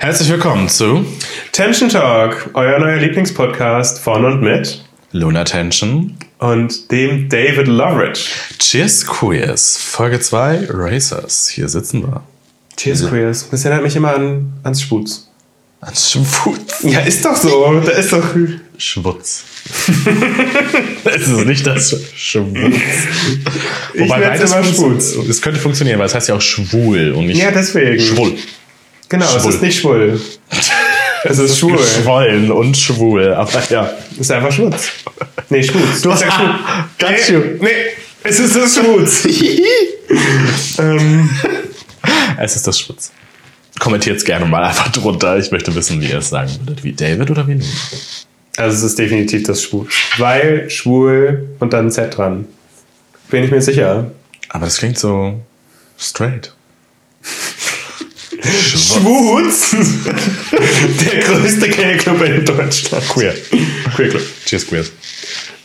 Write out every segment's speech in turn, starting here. Herzlich willkommen zu Tension Talk, euer neuer Lieblingspodcast von und mit Luna Tension. und dem David Loveridge. Cheers Quiz, Folge 2 Racers. Hier sitzen wir. Cheers, Queers. Das erinnert mich immer an, ans Schwutz. An Schwutz. Ja, ist doch so. Da ist doch. Schwutz. es ist nicht das Schwutz. Ich nenn's beides immer funktio- Schwutz. Es könnte funktionieren, weil es heißt ja auch schwul und nicht Ja, deswegen. schwul. Genau, es Schwul. ist nicht schwul. Es ist schwul. Geschwollen und schwul, aber ja. Es ist einfach Schwutz. Nee, Schwutz. Du Ich hast sag Schwutz. Got Nee, you. nee, es ist das Schwutz. ähm, Es ist das Schwutz. Kommentiert es gerne mal einfach drunter. Ich möchte wissen, wie ihr es sagen würdet. Wie David oder wie Luna? also, es ist definitiv das Schwutz. Weil schwul und dann Z dran. Bin ich mir sicher. Aber das klingt so straight. Schwul. Schwutz! Der größte Gay-Club in Deutschland. Queer. Queer Club. Cheers, queer.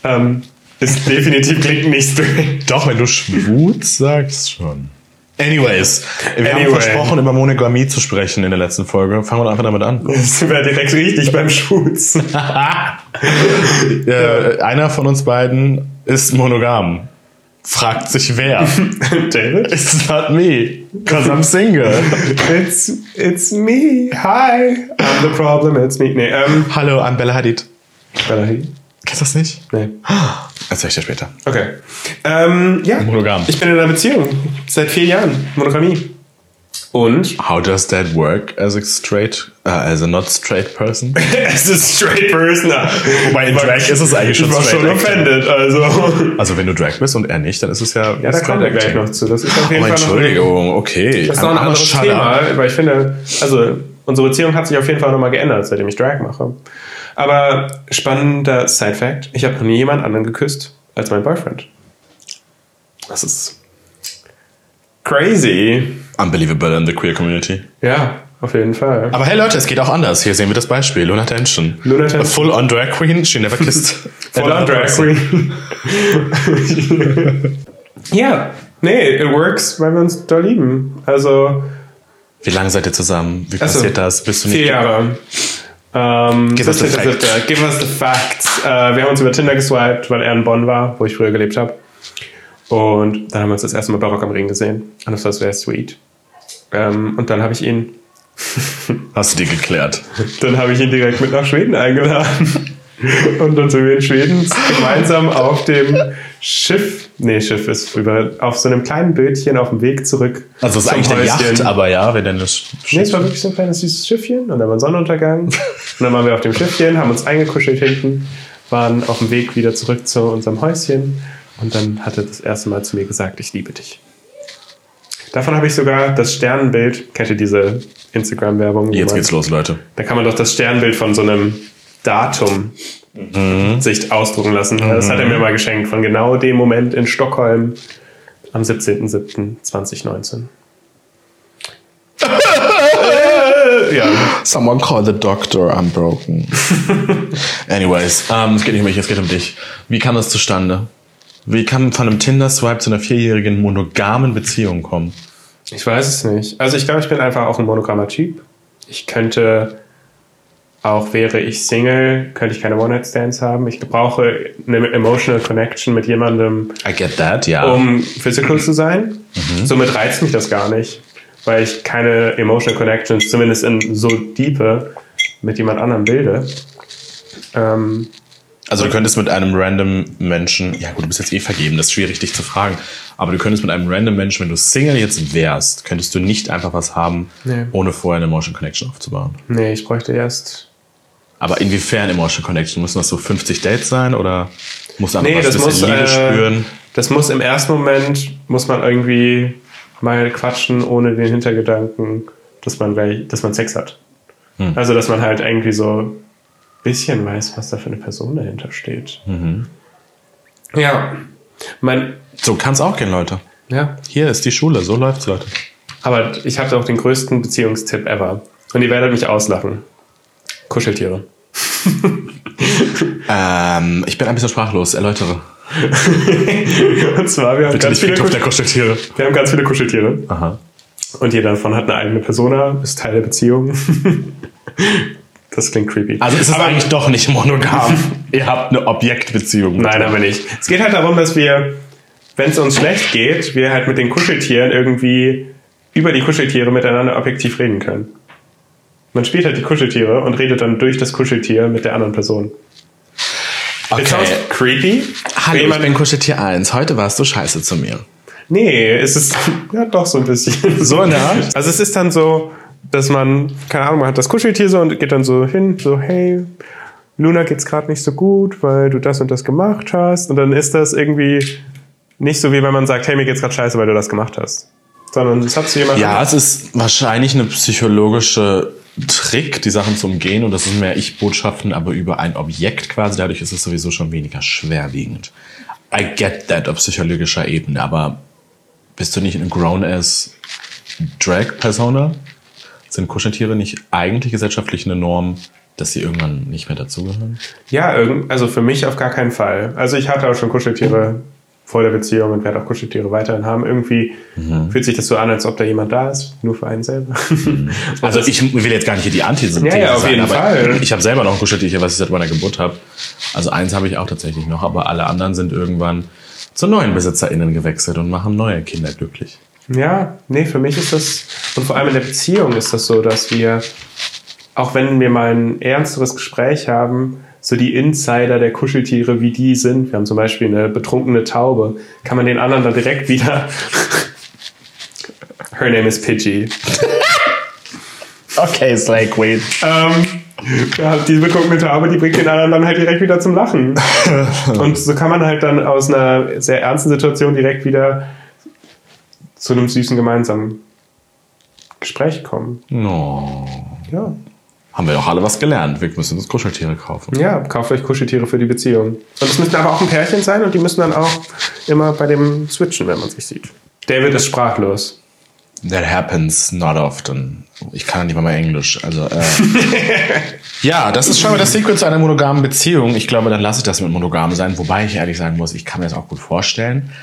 Ähm, ist definitiv klingt nicht straight. Doch, wenn du schwutz sagst schon. Anyways, wir haben Anyway. versprochen, über Monogamie zu sprechen in der letzten Folge. Fangen wir doch einfach damit an. Das wäre direkt richtig beim Schwutz. Äh, einer von uns beiden ist monogam. Fragt sich wer. David? It's not me, cause I'm single. It's, it's me. Hi. I'm the problem. It's me. Nee, ähm. Hallo, I'm Bella Hadid. Valerie? Kennst du das nicht? Nee. Erzähl ich dir später. Okay. Ähm, ja. Monogam. Ich bin in einer Beziehung. Seit vier Jahren. Monogamie. Und? How does that work as a straight, äh, as a not straight person? Es ist straight person. Wobei, in Drag ist es eigentlich schon Ich war straight schon acting. offended, also. Also wenn du Drag bist und er nicht, dann ist es ja. Ja, da kommen wir gleich noch zu. Das ist auf jeden Oh, Fall noch, Entschuldigung, okay. das ist noch ein anderes Thema, weil ich finde, also unsere Beziehung hat sich auf jeden Fall nochmal geändert, seitdem ich Drag mache. Aber spannender Side-Fact, ich habe noch nie jemand anderen geküsst als mein Boyfriend. Das ist crazy. Unbelievable in the queer community. Ja, auf jeden Fall. Aber hey Leute, es geht auch anders. Hier sehen wir das Beispiel. Luna Tension. Luna Tension. A full on drag queen. She never kissed. Voll on Drag Queen. ja, nee, it works, weil wir uns da lieben. Also, Wie lange seid ihr zusammen? Wie Achso. passiert das? Bist du nicht? Vier Jahre. Ähm, Give us the 17.07.. facts. Give us the facts. Äh, wir haben uns über Tinder geswiped, weil er in Bonn war, wo ich früher gelebt habe. Und dann haben wir uns das erste Mal bei Rock am Ring gesehen. Und das war sehr sweet. Ähm, und dann habe ich ihn, Hast du dir geklärt? dann habe ich ihn direkt mit nach Schweden eingeladen. Und dann sind wir in Schweden gemeinsam auf dem Schiff, nee, Schiff ist über, auf so einem kleinen Bötchen auf dem Weg zurück. Also es ist zum eigentlich eine Häuschen. Yacht, aber ja, wenn deine. Nee, es war wirklich so ein kleines süßes Schiffchen und dann war ein Sonnenuntergang. Und dann waren wir auf dem Schiffchen, haben uns eingekuschelt hinten, waren auf dem Weg wieder zurück zu unserem Häuschen und dann hat er das erste Mal zu mir gesagt, ich liebe dich. Davon habe ich sogar das Sternenbild, kennt ihr diese Instagram-Werbung? wo Jetzt man- geht's los, Leute. Da kann man doch das Sternenbild von so einem Datum sich ausdrucken lassen. Das hat er mir mal geschenkt, von genau dem Moment in Stockholm am 17.07.2019. Äh, ja, Someone call the doctor, I'm broken. Anyways, ähm, es geht nicht um mich, es geht um dich. Wie kam das zustande? Wie kann von einem Tinder-Swipe zu einer vierjährigen monogamen Beziehung kommen? Ich weiß es nicht. Also ich glaube, ich bin einfach auch ein monogrammer Typ. Ich könnte, auch wäre ich Single, könnte ich keine One-Night-Stands haben. Ich brauche eine emotional connection mit jemandem, I get that, ja. um physical zu sein. Somit reizt mich das gar nicht, weil ich keine emotional connections, zumindest in so diepe, mit jemand anderem bilde. Ähm, also du könntest mit einem random Menschen, ja gut, du bist jetzt eh vergeben, das ist schwierig, dich zu fragen, aber du könntest mit einem random Menschen, wenn du Single jetzt wärst, könntest du nicht einfach was haben, Nee. ohne vorher eine Emotion Connection aufzubauen. nee, ich bräuchte erst Aber inwiefern Emotion Connection? Müssen das so 50 Dates sein oder muss einfach Nee, was das ein bisschen muss, Liebe äh, spüren? das muss im ersten Moment, muss man irgendwie mal quatschen, ohne den Hintergedanken, dass man gleich, dass man Sex hat. Also, dass man halt irgendwie so ein bisschen weiß, was da für eine Person dahinter steht. Ja. Mein, So kann's auch gehen, Leute. ja. Hier ist die Schule, so läuft's, Leute. Aber ich habe auch den größten Beziehungstipp ever. Und ihr werdet mich auslachen. Kuscheltiere. Ähm, ich bin ein bisschen sprachlos, erläutere. Und zwar, wir haben, ganz viele, Kusch- Kuscheltiere. wir haben ganz viele Kuscheltiere. Aha. Und jeder davon hat eine eigene Persona, ist Teil der Beziehung. das klingt creepy. Also ist es eigentlich doch nicht monogam. Ihr habt eine Objektbeziehung. Nein, aber nicht. Es geht halt darum, dass wir, wenn es uns schlecht geht, wir halt mit den Kuscheltieren irgendwie über die Kuscheltiere miteinander objektiv reden können. Man spielt halt die Kuscheltiere und redet dann durch das Kuscheltier mit der anderen Person. It sounds creepy. Hallo, ich Jemand- bin Kuscheltier 1. Heute warst du scheiße zu mir. Nee, es ist ja doch so ein bisschen. So eine Art. Also es ist dann so, dass man, keine Ahnung, man hat das Kuscheltier so und geht dann so hin, so, hey, Luna geht's gerade nicht so gut, weil du das und das gemacht hast. Und dann ist das irgendwie nicht so wie wenn man sagt, hey, mir geht's gerade scheiße, weil du das gemacht hast. Sondern es hat zu jemandem. Ja, es ist wahrscheinlich eine psychologische Trick, die Sachen zu umgehen. Und das sind mehr Ich-Botschaften, aber über ein Objekt quasi. Dadurch ist es sowieso schon weniger schwerwiegend. I get that auf psychologischer Ebene. Aber bist du nicht eine grown-ass Drag-Persona? Sind Kuscheltiere nicht eigentlich gesellschaftlich eine Norm, dass sie irgendwann nicht mehr dazugehören? Ja, irgend- also für mich auf gar keinen Fall. Also ich hatte auch schon Kuscheltiere vor der Beziehung und werde auch Kuscheltiere weiterhin haben. Irgendwie fühlt sich das so an, als ob da jemand da ist, nur für einen selber. Also ich will jetzt gar nicht hier die Antisynthese Ja, ja, auf sein, jeden aber Fall. ich habe selber noch ein Kuscheltier, was ich seit meiner Geburt habe. Also eins habe ich auch tatsächlich noch, aber alle anderen sind irgendwann zu neuen BesitzerInnen gewechselt und machen neue Kinder glücklich. Ja, nee, für mich ist das, und vor allem in der Beziehung ist das so, dass wir, auch wenn wir mal ein ernsteres Gespräch haben, so die Insider der Kuscheltiere, wie die sind, wir haben zum Beispiel eine betrunkene Taube, kann man den anderen dann direkt wieder. Her name is Pidgey. Okay, Slay Queen. Ähm, ja, die betrunkene Taube, die bringt den anderen dann halt direkt wieder zum Lachen. Und so kann man halt dann aus einer sehr ernsten Situation direkt wieder zu einem süßen gemeinsamen Gespräch kommen. No. Ja. Haben wir doch alle was gelernt. Wir müssen uns Kuscheltiere kaufen. Ja, kauft euch Kuscheltiere für die Beziehung. Und es müssen aber auch ein Pärchen sein und die müssen dann auch immer bei dem switchen, wenn man sich sieht. David ist sprachlos. That happens not often. Ich kann nicht mal mehr Englisch. Also, äh. ja, das ist schon mal das Secret zu einer monogamen Beziehung. Ich glaube, dann lasse ich das mit monogam sein. Wobei ich ehrlich sagen muss, ich kann mir das auch gut vorstellen.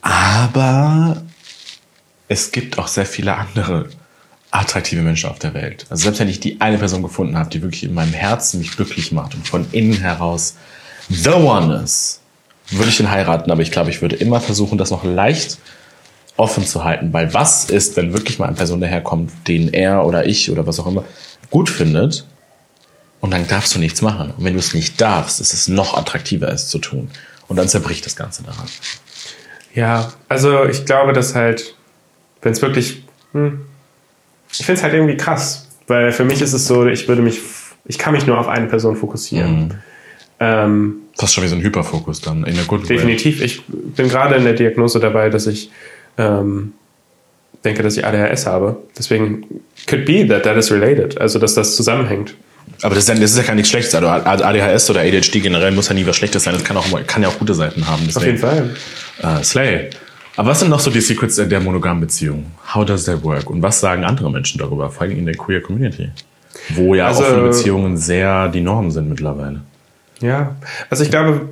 Aber es gibt auch sehr viele andere attraktive Menschen auf der Welt. Also selbst wenn ich die eine Person gefunden habe, die wirklich in meinem Herzen mich glücklich macht und von innen heraus the one ist, würde ich ihn heiraten. Aber ich glaube, ich würde immer versuchen, das noch leicht offen zu halten. Weil was ist, wenn wirklich mal eine Person daherkommt, den er oder ich oder was auch immer gut findet und dann darfst du nichts machen. Und wenn du es nicht darfst, ist es noch attraktiver, es zu tun. Und dann zerbricht das Ganze daran. Ja, also ich glaube, dass halt, wenn es wirklich. Hm, ich finde es halt irgendwie krass, weil für mich ist es so, ich würde mich. Ich kann mich nur auf eine Person fokussieren. Ähm, Fast schon wie so ein Hyperfokus dann in der Good Way. definitiv. Ich bin gerade in der Diagnose dabei, dass ich ähm, denke, dass ich ADHS habe. Deswegen could be that that is related. Also, dass das zusammenhängt. Aber das ist, ja, das ist ja gar nichts Schlechtes. Also ADHS oder ADHD generell muss ja nie was Schlechtes sein. Das kann, auch, immer- kann ja auch gute Seiten haben. Auf jeden Fall. Äh, Slay. Aber was sind noch so die Secrets der monogamen Beziehung? How does that work? Und was sagen andere Menschen darüber, vor allem in der queer Community? Wo ja Also- offene Beziehungen sehr die Norm sind mittlerweile. Ja, also ich glaube,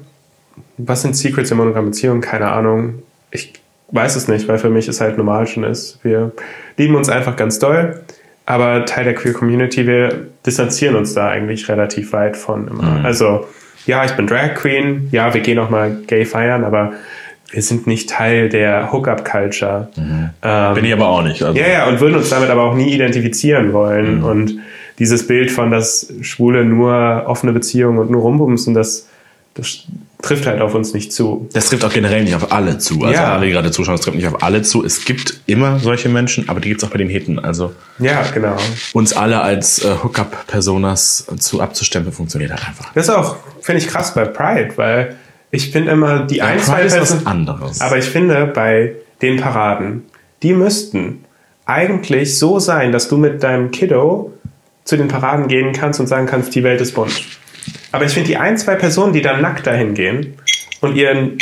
was sind Secrets in monogamen Beziehungen? Keine Ahnung. Ich weiß es nicht, weil für mich es halt normal schon ist. Wir lieben uns einfach ganz doll, aber Teil der Queer Community, wir distanzieren uns da eigentlich relativ weit von immer. Also, ja, ich bin Drag Queen, ja, wir gehen auch mal gay feiern, aber wir sind nicht Teil der Hookup-Culture. Ähm, Bin ich aber auch nicht. Also, ja, ja, und würden uns damit aber auch nie identifizieren wollen. Mhm. Und dieses Bild von, dass Schwule nur offene Beziehungen und nur rumbumsen, das, das trifft halt auf uns nicht zu. Das trifft auch generell nicht auf alle zu. Also Ja. alle, die gerade zuschauen, das trifft nicht auf alle zu. Es gibt immer solche Menschen, aber die gibt es auch bei den Heten. Also Ja, genau. uns alle als äh, Hookup-Personas zu abzustempeln, funktioniert halt einfach. Das ist auch, finde ich, krass bei Pride, weil ich bin immer die ein, zwei Pride ist Personen- was anderes. Aber ich finde, bei den Paraden, die müssten eigentlich so sein, dass du mit deinem Kiddo zu den Paraden gehen kannst und sagen kannst, die Welt ist bunt. Aber ich finde, die ein, zwei Personen, die dann nackt dahin gehen und ihren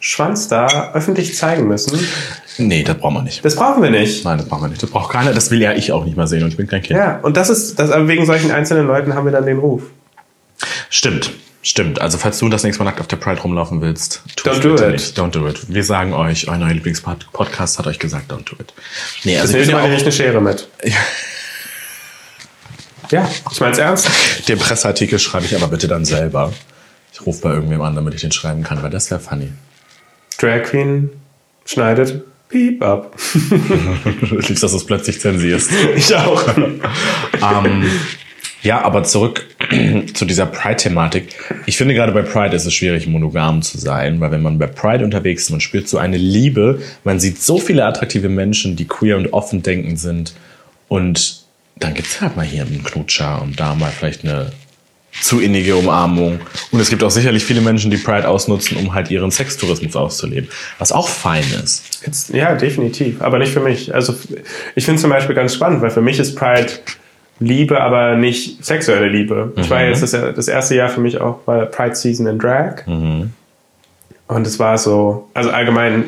Schwanz da öffentlich zeigen müssen, nee, das brauchen wir nicht. das brauchen wir nicht. Nein, das brauchen wir nicht. Das braucht keiner. Das will ja ich auch nicht mal sehen und ich bin kein Kind. Ja, und das ist, das, aber wegen solchen einzelnen Leuten haben wir dann den Ruf. Stimmt, Stimmt, also falls du das nächste Mal nackt auf der Pride rumlaufen willst, tu Don't es do bitte it. Nicht. Don't do it. Wir sagen euch, euer neuer Lieblingspodcast hat euch gesagt, don't do it. Nee, Das also ich nächste bin Mal ja nehme ich eine auch, Schere mit. Ja, ich meine es ernst. den Presseartikel schreibe ich aber bitte dann selber. Ich rufe bei irgendwem an, damit ich den schreiben kann, weil das wäre funny. Drag Queen schneidet Piep ab. Du liebst, dass du es plötzlich zensierst. Ich auch. ähm, ja, aber zurück zu dieser Pride-Thematik. Ich finde gerade bei Pride ist es schwierig, monogam zu sein, weil wenn man bei Pride unterwegs ist, man spürt so eine Liebe, man sieht so viele attraktive Menschen, die queer und offen denkend sind und dann gibt's halt mal hier einen Knutscher und da mal vielleicht eine zu innige Umarmung. Und es gibt auch sicherlich viele Menschen, die Pride ausnutzen, um halt ihren Sextourismus auszuleben, was auch fein ist. Jetzt, ja, definitiv. Aber nicht für mich. Also ich finde es zum Beispiel ganz spannend, weil für mich ist Pride Liebe, aber nicht sexuelle Liebe. Ich war jetzt das, das erste Jahr für mich auch mal Pride Season in Drag. Und es war so, also allgemein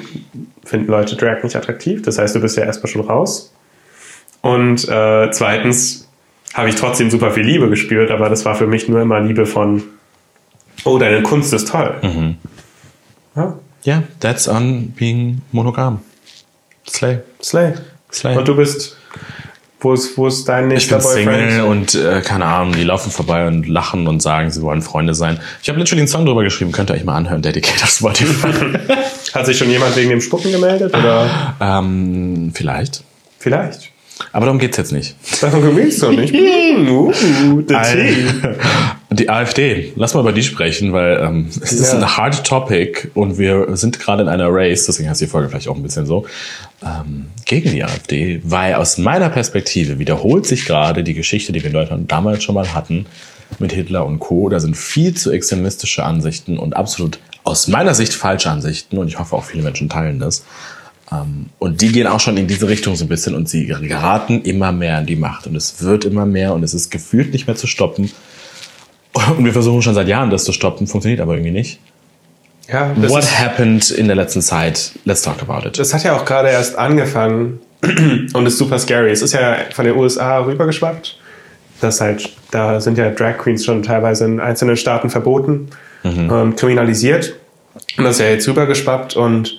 finden Leute Drag nicht attraktiv. Das heißt, du bist ja erstmal schon raus. Und äh, zweitens habe ich trotzdem super viel Liebe gespürt, aber das war für mich nur immer Liebe von, oh, deine Kunst ist toll. Ja, Ja, that's on being monogam. Slay. Slay. Slay. Und du bist, wo ist, wo ist dein Ich bin nächster Boyfriend? Single und äh, keine Ahnung, die laufen vorbei und lachen und sagen, sie wollen Freunde sein. Ich habe literally einen Song drüber geschrieben, könnt ihr euch mal anhören, dedicated auf Spotify. Hat sich schon jemand wegen dem Spucken gemeldet? Oder ähm, vielleicht. vielleicht. Aber darum geht's jetzt nicht. Davon geht's doch nicht. Hm, uh, the tea. Die AfD, lass mal über die sprechen, weil ähm, es ist Ja. ein hard topic und wir sind gerade in einer Race, deswegen heißt die Folge vielleicht auch ein bisschen so, ähm, gegen die AfD, weil aus meiner Perspektive wiederholt sich gerade die Geschichte, die wir in Deutschland damals schon mal hatten mit Hitler und Co. Da sind viel zu extremistische Ansichten und absolut aus meiner Sicht falsche Ansichten und ich hoffe auch viele Menschen teilen das. Ähm, Und die gehen auch schon in diese Richtung so ein bisschen und sie geraten immer mehr in die Macht und es wird immer mehr und es ist gefühlt nicht mehr zu stoppen. Und wir versuchen schon seit Jahren das zu stoppen, funktioniert aber irgendwie nicht. Ja, das, What ist, happened in der letzten Zeit? Let's talk about it. das hat ja auch gerade erst angefangen und ist super scary. Es ist ja von den USA rübergeschwappt. Das halt, da sind ja Drag Queens schon teilweise in einzelnen Staaten verboten Mhm. und kriminalisiert. Und das ist ja jetzt rübergeschwappt und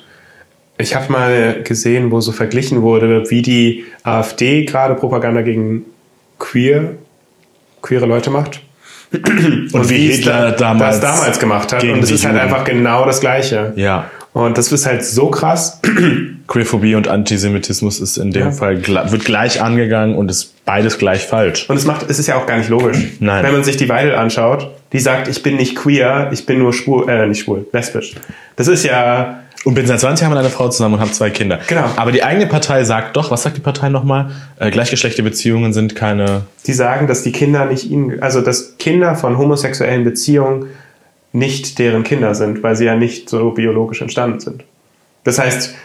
Ich habe mal gesehen, wo so verglichen wurde, wie die AfD gerade Propaganda gegen queer, queere Leute macht. Und, wie es Hitler da- damals das damals gemacht hat. gegen Und es die ist halt Juden. einfach genau das Gleiche. Ja, Und das ist halt so krass. Queerphobie und Antisemitismus ist in dem Ja. Fall gla- wird gleich angegangen und ist beides gleich falsch. Und es macht, es ist ja auch gar nicht logisch. Nein. Wenn man sich die Weidel anschaut, die sagt, ich bin nicht queer, ich bin nur schwul, äh, nicht schwul, lesbisch. Das ist ja, Und bin seit 20 Jahren mit einer Frau zusammen und habe zwei Kinder. Genau. Aber die eigene Partei sagt doch, was sagt die Partei nochmal? Äh, gleichgeschlechtliche Beziehungen sind keine. die sagen, dass die Kinder nicht ihnen, also dass Kinder von homosexuellen Beziehungen nicht deren Kinder sind, weil sie ja nicht so biologisch entstanden sind. Das heißt,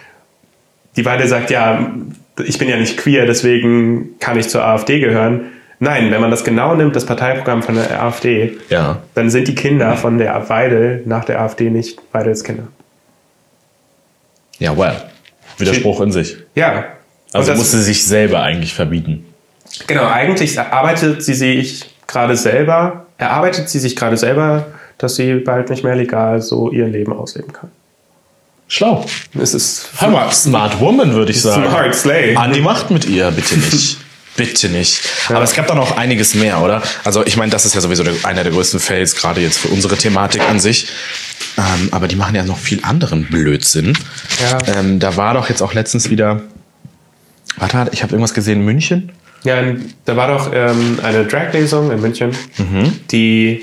die Weide sagt, ja, ich bin ja nicht queer, deswegen kann ich zur AfD gehören. Nein, wenn man das genau nimmt, das Parteiprogramm von der AfD, Ja. dann sind die Kinder von der Weidel nach der AfD nicht Weidels Kinder. Ja, well. Widerspruch in sich. Ja. Also Und das- muss sie sich selber eigentlich verbieten. Genau, eigentlich erarbeitet sie sich gerade selber, erarbeitet sie sich gerade selber, dass sie bald nicht mehr legal so ihr Leben ausleben kann. Schlau. Es ist Hör mal, smart woman, würde ich sagen. Smart Slay. An die Macht mit ihr, bitte nicht. Bitte nicht. Aber es gab da noch einiges mehr, oder? Also ich meine, das ist ja sowieso der, einer der größten Fails, gerade jetzt für unsere Thematik an sich. Ähm, aber die machen ja noch viel anderen Blödsinn. Ja. Ähm, da war doch jetzt auch letztens wieder, warte, ich habe irgendwas gesehen, München? Ja, in- da war doch ähm, eine Drag-Lesung in München, die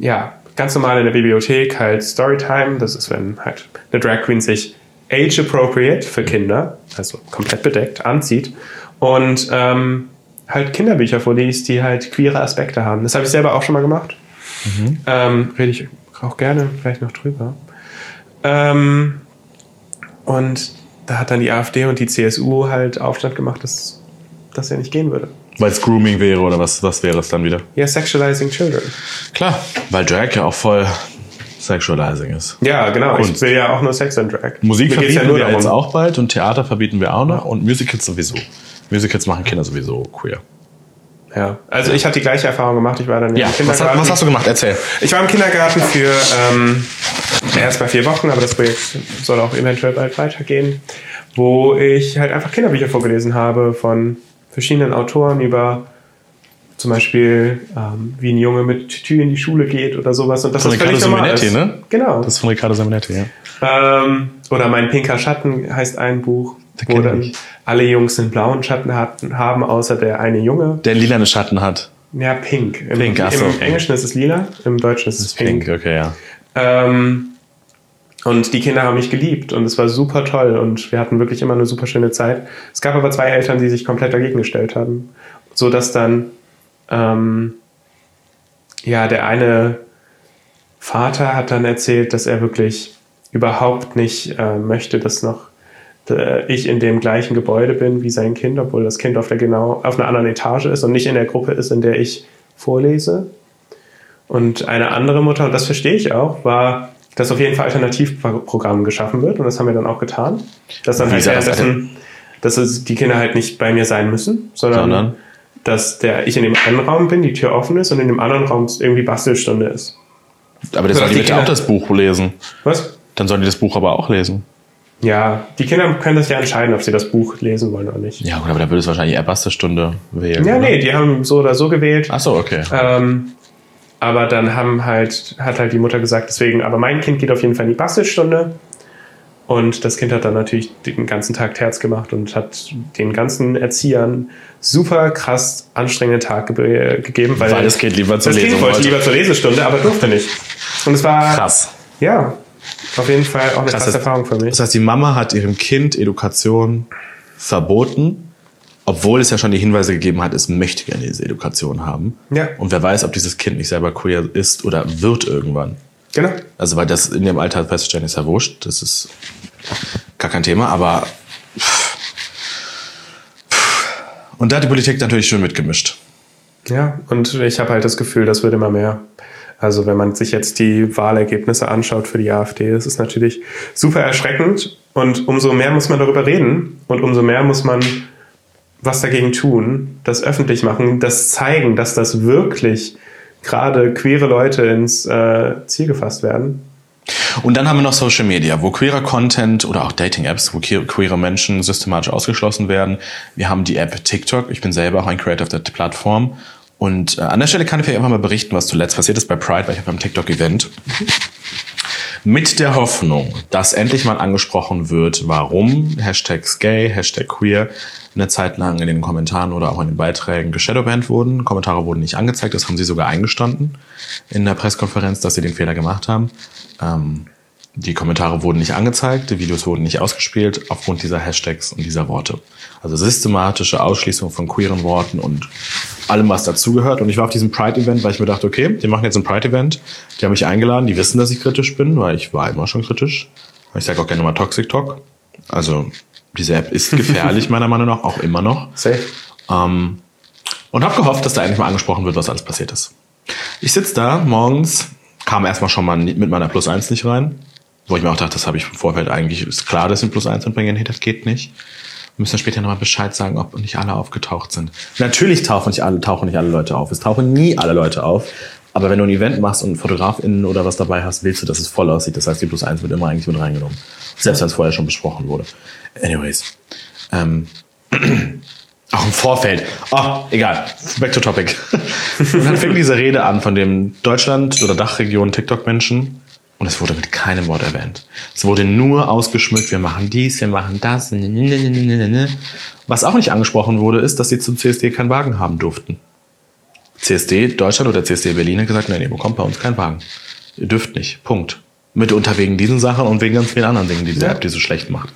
ja ganz normal in der Bibliothek halt Storytime, das ist, wenn halt eine Drag Queen sich age-appropriate für Kinder, also komplett bedeckt, anzieht und ähm, halt Kinderbücher vorliest, die halt queere Aspekte haben. Das habe ich selber auch schon mal gemacht. Ähm, Rede ich auch gerne gleich noch drüber. Ähm, und da hat dann die AfD und die CSU halt Aufstand gemacht, dass das ja nicht gehen würde. Weil es Grooming wäre oder was, was wäre es dann wieder? Ja, sexualizing children. Klar, weil Drag ja auch voll sexualizing ist. Ja, genau. Ich Kunst. will ja auch nur Sex und Drag. Musik Mir geht's verbieten ja nur wir darum. jetzt auch bald und Theater verbieten wir auch noch und Musicals sowieso. Musicals machen Kinder sowieso queer. Ja. Also ich habe die gleiche Erfahrung gemacht. Ich war dann Ja, im was, Kindergarten. hast- was hast du gemacht? Erzähl. Ich war im Kindergarten für ähm, erst mal vier Wochen, aber das Projekt soll auch eventuell bald weitergehen, wo ich halt einfach Kinderbücher vorgelesen habe von verschiedenen Autoren über zum Beispiel, ähm, wie ein Junge mit Tütü in die Schule geht oder sowas. Und das Von ist völlig Riccardo normal. Simonetti, ist. ne? Genau. Das ist von Riccardo Simonetti, ja. Ähm, oder Mein pinker Schatten heißt ein Buch, kenn wo dann ich. alle Jungs einen blauen Schatten hatten, haben, außer der eine Junge. Der lilane Schatten hat. Ja, pink. Im, Pink, ach so, im pink. Englischen ist es lila, im Deutschen ist es pink. okay, ja. Ähm, und die Kinder haben mich geliebt und es war super toll und wir hatten wirklich immer eine super schöne Zeit. Es gab aber zwei Eltern, die sich komplett dagegen gestellt haben, so dass dann ähm, ja der eine Vater hat dann erzählt, dass er wirklich überhaupt nicht äh, möchte, dass noch äh, ich in dem gleichen Gebäude bin wie sein Kind, obwohl das Kind auf der genau auf einer anderen Etage ist und nicht in der Gruppe ist, in der ich vorlese. Und eine andere Mutter, und das verstehe ich auch, war, dass auf jeden Fall Alternativprogramm geschaffen wird. Und das haben wir dann auch getan. Dass dann Wie halt sah das währenddessen, dass es die Kinder halt nicht bei mir sein müssen, sondern, Sondern? dass der, ich in dem einen Raum bin, die Tür offen ist und in dem anderen Raum irgendwie Bastelstunde ist. Aber der So, soll dass die die bitte Kinder- auch das Buch lesen. Was? Dann sollen die das Buch aber auch lesen. Ja, die Kinder können das ja entscheiden, ob sie das Buch lesen wollen oder nicht. Ja, gut, aber dann würde es wahrscheinlich eher Bastelstunde wählen. Ja, oder? nee, die haben so oder so gewählt. Ach so, okay. Ähm, aber dann haben halt, hat halt die Mutter gesagt, deswegen, aber mein Kind geht auf jeden Fall in die Bastelstunde. Und das Kind hat dann natürlich den ganzen Tag Terz gemacht und hat den ganzen Erziehern super krass anstrengenden Tag ge gegeben, weil, Weil das Kind lieber zur das Kind Lesung wollte wollte. lieber zur Lesestunde, aber durfte nicht. Und es war, Krass. ja, auf jeden Fall auch eine Krass, krasse das- Erfahrung für mich. Das heißt, die Mama hat ihrem Kind Education verboten, obwohl es ja schon die Hinweise gegeben hat, es möchte gerne diese Education haben. Ja. Und wer weiß, ob dieses Kind nicht selber queer ist oder wird irgendwann. Genau. Also, weil das in dem Alter festzustellen ist ja wurscht, das ist gar kein Thema, aber. pff, pff. Und da hat die Politik natürlich schön mitgemischt. Ja, und ich habe halt das Gefühl, das wird immer mehr. Also wenn man sich jetzt die Wahlergebnisse anschaut für die AfD, das ist natürlich super erschreckend und umso mehr muss man darüber reden und umso mehr muss man was dagegen tun, das öffentlich machen, das zeigen, dass das wirklich gerade queere Leute ins äh, Ziel gefasst werden. Und dann haben wir noch Social Media, wo queerer Content oder auch Dating-Apps, wo que- queere Menschen systematisch ausgeschlossen werden. Wir haben die App TikTok. Ich bin selber auch ein Creator auf der Plattform. Und äh, an der Stelle kann ich vielleicht einfach mal berichten, was zuletzt passiert ist bei Pride, weil ich war beim TikTok-Event. Mit der Hoffnung, dass endlich mal angesprochen wird, warum Hashtags gay, Hashtag queer eine Zeit lang in den Kommentaren oder auch in den Beiträgen geshadowbanned wurden. Kommentare wurden nicht angezeigt, das haben sie sogar eingestanden in der Pressekonferenz, dass sie den Fehler gemacht haben. Ähm, die Kommentare wurden nicht angezeigt, die Videos wurden nicht ausgespielt aufgrund dieser Hashtags und dieser Worte. Also systematische Ausschließung von queeren Worten und allem, was dazugehört. Und ich war auf diesem Pride-Event, weil ich mir dachte, okay, die machen jetzt ein Pride-Event, die haben mich eingeladen, die wissen, dass ich kritisch bin, weil ich war immer schon kritisch. Ich sage auch gerne mal Toxic Talk. Also diese App ist gefährlich meiner Meinung nach, auch immer noch. Safe. Ähm, und habe gehofft, dass da endlich mal angesprochen wird, was alles passiert ist. Ich sitze da morgens, kam erstmal schon mal mit meiner Plus 1 nicht rein, wo ich mir auch dachte, das habe ich im Vorfeld eigentlich, ist klar, dass ich ein Plus 1 mitbringe, nee, das geht nicht. Wir müssen dann später nochmal Bescheid sagen, ob nicht alle aufgetaucht sind. Natürlich tauchen nicht alle, tauchen nicht alle Leute auf. Es tauchen nie alle Leute auf. Aber wenn du ein Event machst und FotografInnen oder was dabei hast, willst du, dass es voll aussieht. Das heißt, die Plus 1 wird immer eigentlich mit reingenommen. Selbst wenn es vorher schon besprochen wurde. Anyways. Ähm, auch im Vorfeld. Oh, egal. Back to topic. Und dann fing diese Rede an von dem Deutschland- oder Dachregion TikTok-Menschen. Und es wurde mit keinem Wort erwähnt. Es wurde nur ausgeschmückt, wir machen dies, wir machen das. ne, Was auch nicht angesprochen wurde, ist, dass sie zum CSD keinen Wagen haben durften. CSD Deutschland oder CSD Berlin hat gesagt, nein, ihr bekommt bei uns keinen Wagen. Ihr dürft nicht. Punkt. Mitunter wegen diesen Sachen und wegen ganz vielen anderen Dingen, die diese Ja. App, die so schlecht macht.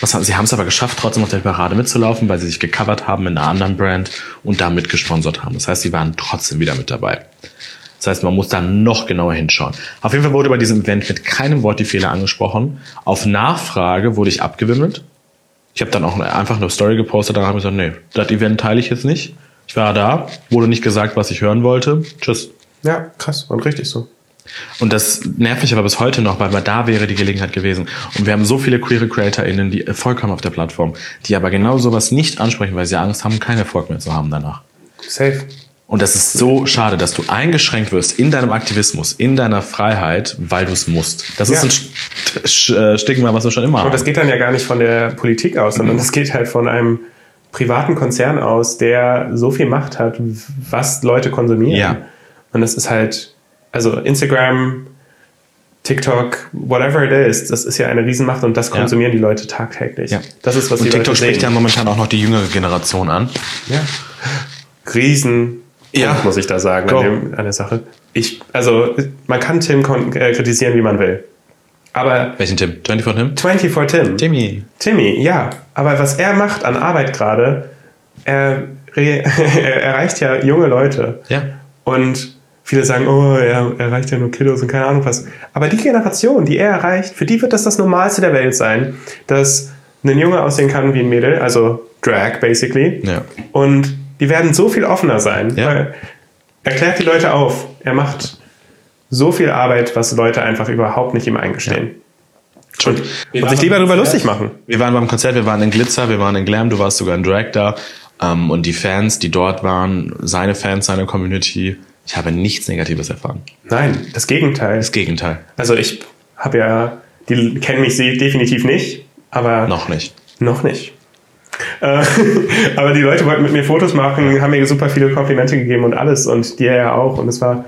Was haben, sie haben es aber geschafft, trotzdem auf der Parade mitzulaufen, weil sie sich gecovert haben in einer anderen Brand und damit gesponsert haben. Das heißt, sie waren trotzdem wieder mit dabei. Das heißt, man muss da noch genauer hinschauen. Auf jeden Fall wurde bei diesem Event mit keinem Wort die Fehler angesprochen. Auf Nachfrage wurde ich abgewimmelt. Ich habe dann auch eine- einfach eine Story gepostet, da habe ich gesagt, nee, das Event teile ich jetzt nicht. Ich war da, wurde nicht gesagt, was ich hören wollte. Tschüss. Ja, krass und richtig so. Und das nervt mich aber bis heute noch, weil da wäre die Gelegenheit gewesen. Und wir haben so viele queere CreatorInnen, die Erfolg haben auf der Plattform, die aber genau sowas nicht ansprechen, weil sie Angst haben, keinen Erfolg mehr zu haben danach. Safe. Und das ist so schade, dass du eingeschränkt wirst in deinem Aktivismus, in deiner Freiheit, weil du es musst. Das ist Ja. ein St- Sch- äh, Stigma, was wir schon immer Und das haben. geht dann ja gar nicht von der Politik aus, Mhm. sondern das geht halt von einem privaten Konzern aus, der so viel Macht hat, was Leute konsumieren. Ja. Und das ist halt, also Instagram, TikTok, whatever it is, das ist ja eine Riesenmacht und das konsumieren die Leute tagtäglich. Ja. Das ist, was Und die TikTok Leute spricht ja sehen. momentan auch noch die jüngere Generation an. Ja. Riesen. Ja. muss ich da sagen Go. an, dem, an der Sache. Ich, also man kann Tim kon- äh, kritisieren, wie man will. Aber Welchen Tim? 20 von Tim? 24 Tim, Timmy. Timmy, ja, aber was er macht an Arbeit gerade, er, re- er erreicht ja junge Leute. Ja. Und viele sagen, oh, er erreicht ja nur Kiddos und keine Ahnung was. Aber die Generation, die er erreicht, für die wird das das Normalste der Welt sein, dass ein Junge aussehen kann wie ein Mädel, also Drag basically. Ja. Und die werden so viel offener sein, Ja. weil er klärt die Leute auf. Er macht so viel Arbeit, was Leute einfach überhaupt nicht ihm eingestehen. Und, und sich lieber darüber lustig machen. Wir waren beim Konzert, wir waren in Glitzer, wir waren in Glam, du warst sogar in Drag da. Ähm, und die Fans, die dort waren, seine Fans, seine Community, ich habe nichts Negatives erfahren. Nein, das Gegenteil. Das Gegenteil. Also ich habe ja, die kennen mich sie- definitiv nicht, aber Noch nicht. noch nicht. Äh, aber die Leute wollten mit mir Fotos machen, haben mir super viele Komplimente gegeben und alles und dir ja auch und es war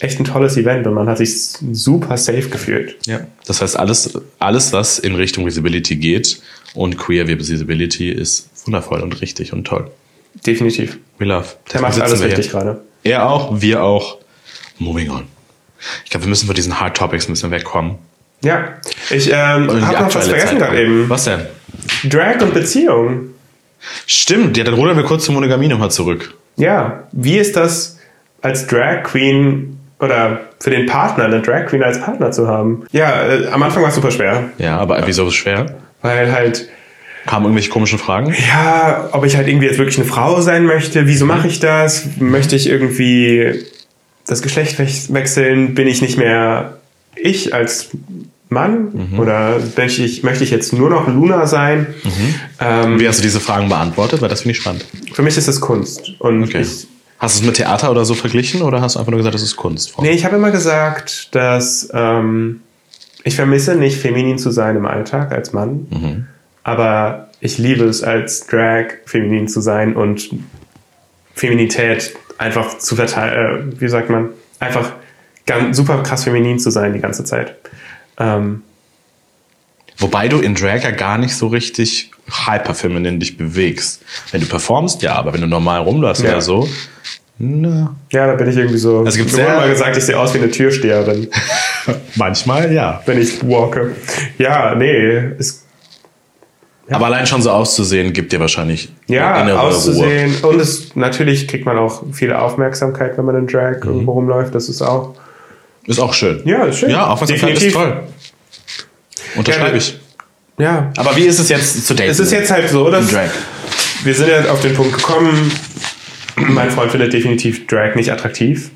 echt ein tolles Event und man hat sich super safe gefühlt. Ja. Das heißt, alles, alles, was in Richtung Visibility geht und queer Visibility ist wundervoll und richtig und toll. Definitiv. We love. Der macht Deswegen alles sitzen wir richtig hier. gerade. Er auch, wir auch. Moving on. Ich glaube, wir müssen von diesen Hard Topics müssen wir wegkommen. Ja, ich ähm, Und in die habe noch was aktuelle vergessen Zeit gerade kommen. eben. Was denn? Drag und Beziehung. Stimmt, ja, dann rudern wir kurz zur Monogamie nochmal zurück. Ja, wie ist das als Drag Queen oder für den Partner, eine Drag Queen als Partner zu haben? Ja, äh, am Anfang war es super schwer, Ja, aber wieso ist es schwer? weil halt, Kamen irgendwelche komischen Fragen? ja, ob ich halt irgendwie jetzt wirklich eine Frau sein möchte, wieso mache ich das? Möchte ich irgendwie das Geschlecht wech- wechseln? Bin ich nicht mehr ich als Mann? Oder möchte ich, möchte ich jetzt nur noch Luna sein? Ähm, Wie hast du diese Fragen beantwortet? Weil das finde ich spannend. für mich ist das Kunst. Und ich, Hast du es mit Theater oder so verglichen oder hast du einfach nur gesagt, das ist Kunst? Nee, ich habe immer gesagt, dass ähm, ich vermisse nicht, feminin zu sein im Alltag als Mann, aber ich liebe es als Drag, feminin zu sein und Feminität einfach zu verteilen, äh, wie sagt man, einfach ganz, super krass feminin zu sein die ganze Zeit. Ähm, Wobei du in Drag ja gar nicht so richtig hyperfeminin dich bewegst. Wenn du performst, ja, aber wenn du normal rumläufst Ja. oder so, ne, na, ja, da bin ich irgendwie so. Es gibt mir wurde sehr- mal gesagt, ich sehe aus wie eine Türsteherin. manchmal ja. wenn ich walke. Ja, nee, es, Aber allein schon so auszusehen, gibt dir wahrscheinlich ja, innere Ruhe. auszusehen. Und es, natürlich kriegt man auch viel Aufmerksamkeit, wenn man in Drag Mhm. irgendwo rumläuft. Das ist auch. Ist auch schön. Ja, ist schön. Ja, Aufmerksamkeit ist Definitiv. toll. Unterschreibe ich. Ja. Aber wie ist es jetzt zu daten? Es ist jetzt halt so, dass Drag. wir sind jetzt auf den Punkt gekommen. Mein Freund findet definitiv Drag nicht attraktiv.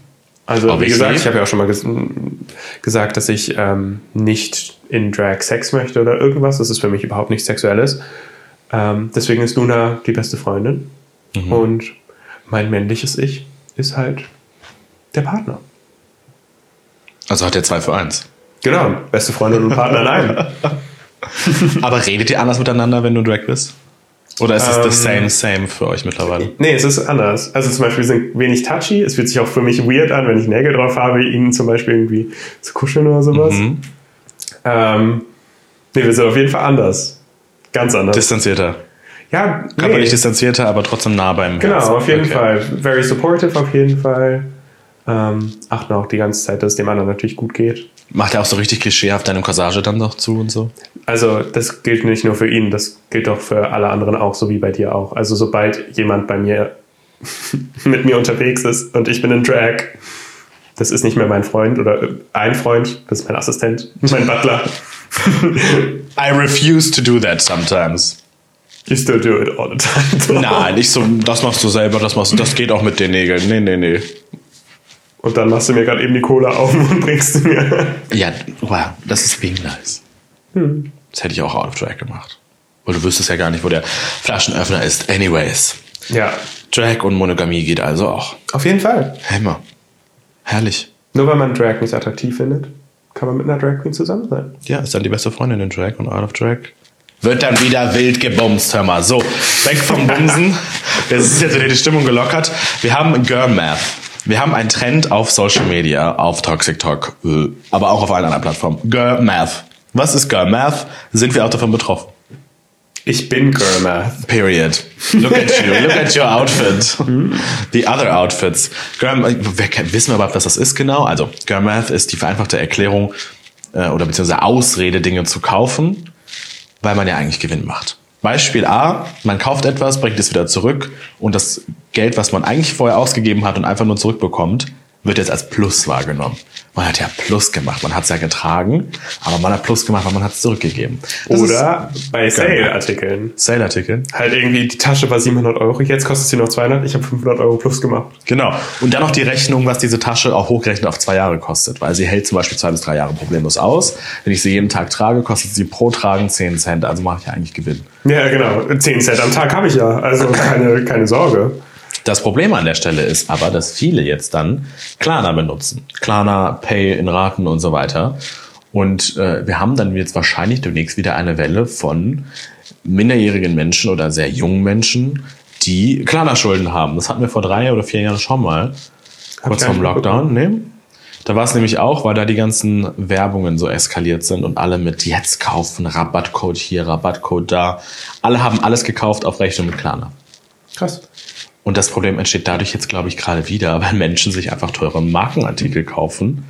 Also wie Obviously. gesagt, ich habe ja auch schon mal ges gesagt, dass ich ähm, nicht in Drag Sex möchte oder irgendwas. Das ist für mich überhaupt nichts Sexuelles. Ähm, deswegen ist Luna die beste Freundin. Und mein männliches Ich ist halt der Partner. Also hat er zwei für eins. Genau, beste Freundin und Partner nein. Aber redet ihr anders miteinander, wenn du Drag bist? Oder ist es das Ähm. same, same für euch mittlerweile? Nee, es ist anders. Also zum Beispiel sind wenig touchy. Es fühlt sich auch für mich weird an, wenn ich Nägel drauf habe, ihnen zum Beispiel irgendwie zu kuscheln oder sowas. Ähm, nee, wir sind auf jeden Fall anders. Ganz anders. Distanzierter. ja, nee. Körperlich distanzierter, aber trotzdem nah beim genau, Herzen. auf jeden Okay. Fall. Very supportive auf jeden Fall. Ähm, achten auch die ganze Zeit, dass es dem anderen natürlich gut geht. Macht er auch so richtig klischeehaft deine Corsage dann noch zu und so? Also das gilt nicht nur für ihn, das gilt auch für alle anderen auch, so wie bei dir auch. Also sobald jemand bei mir mit mir unterwegs ist und ich bin in Drag, das ist nicht mehr mein Freund oder äh, ein Freund, das ist mein Assistent, mein Butler. I refuse to do that sometimes. You still do it all the time. Nein, nicht so, das machst du selber, das machst du, das geht auch mit den Nägeln. Nee, nee, nee. Und dann machst du mir gerade eben die Cola auf und bringst sie mir. Ja, wow, das ist being nice. Das hätte ich auch out of track gemacht. Weil du wüsstest ja gar nicht, wo der Flaschenöffner ist. Anyways. Ja, Drag und Monogamie geht also auch. Auf jeden Fall. Hammer. Herrlich. Nur weil man Drag nicht attraktiv findet, kann man mit einer Drag Queen zusammen sein. Ja, ist dann die beste Freundin in Drag und Out of Drag. Wird dann wieder wild gebumst, hör mal. So, weg vom Bumsen. Das ist jetzt wieder die Stimmung gelockert. Wir haben Girl Math. Wir haben einen Trend auf Social Media, auf Toxic Talk, äh, aber auch auf allen anderen Plattformen. Girl Math. Was ist Girl Math? Sind wir auch davon betroffen? Ich bin Girl Math. Period. Look at you. Look at your outfit. The other outfits. Girl, wer, kennt- wissen wir überhaupt, was das ist genau? Also, Girl Math ist die vereinfachte Erklärung äh, oder beziehungsweise Ausrede, Dinge zu kaufen, weil man ja eigentlich Gewinn macht. Beispiel A, man kauft etwas, bringt es wieder zurück und das Geld, was man eigentlich vorher ausgegeben hat und einfach nur zurückbekommt, wird jetzt als Plus wahrgenommen. Man hat ja Plus gemacht, man hat es ja getragen, aber man hat Plus gemacht, weil man hat es zurückgegeben. Das Oder bei Sale-Artikeln. ist Sale-Artikel. Halt irgendwie, die Tasche war 700 Euro, jetzt kostet sie noch 200, ich habe 500 Euro plus gemacht. Genau. Und dann noch die Rechnung, was diese Tasche auch hochgerechnet auf zwei Jahre kostet, weil sie hält zum Beispiel zwei bis drei Jahre problemlos aus. Wenn ich sie jeden Tag trage, kostet sie pro Tragen 10 Cent, also mache ich ja eigentlich Gewinn. Ja, genau. 10 Cent am Tag habe ich ja, also keine, keine Sorge. Das Problem an der Stelle ist aber, dass viele jetzt dann Klarna benutzen. Klarna, Pay in Raten und so weiter. Und äh, wir haben dann jetzt wahrscheinlich demnächst wieder eine Welle von minderjährigen Menschen oder sehr jungen Menschen, die Klarna-Schulden haben. Das hatten wir vor drei oder vier Jahren schon mal. kurz ich vorm gar nicht Lockdown. Nee. Da war es nämlich auch, weil da die ganzen Werbungen so eskaliert sind und alle mit jetzt kaufen, Rabattcode hier, Rabattcode da. Alle haben alles gekauft auf Rechnung mit Klarna. Krass. Und das Problem entsteht dadurch jetzt, glaube ich, gerade wieder, weil Menschen sich einfach teure Markenartikel kaufen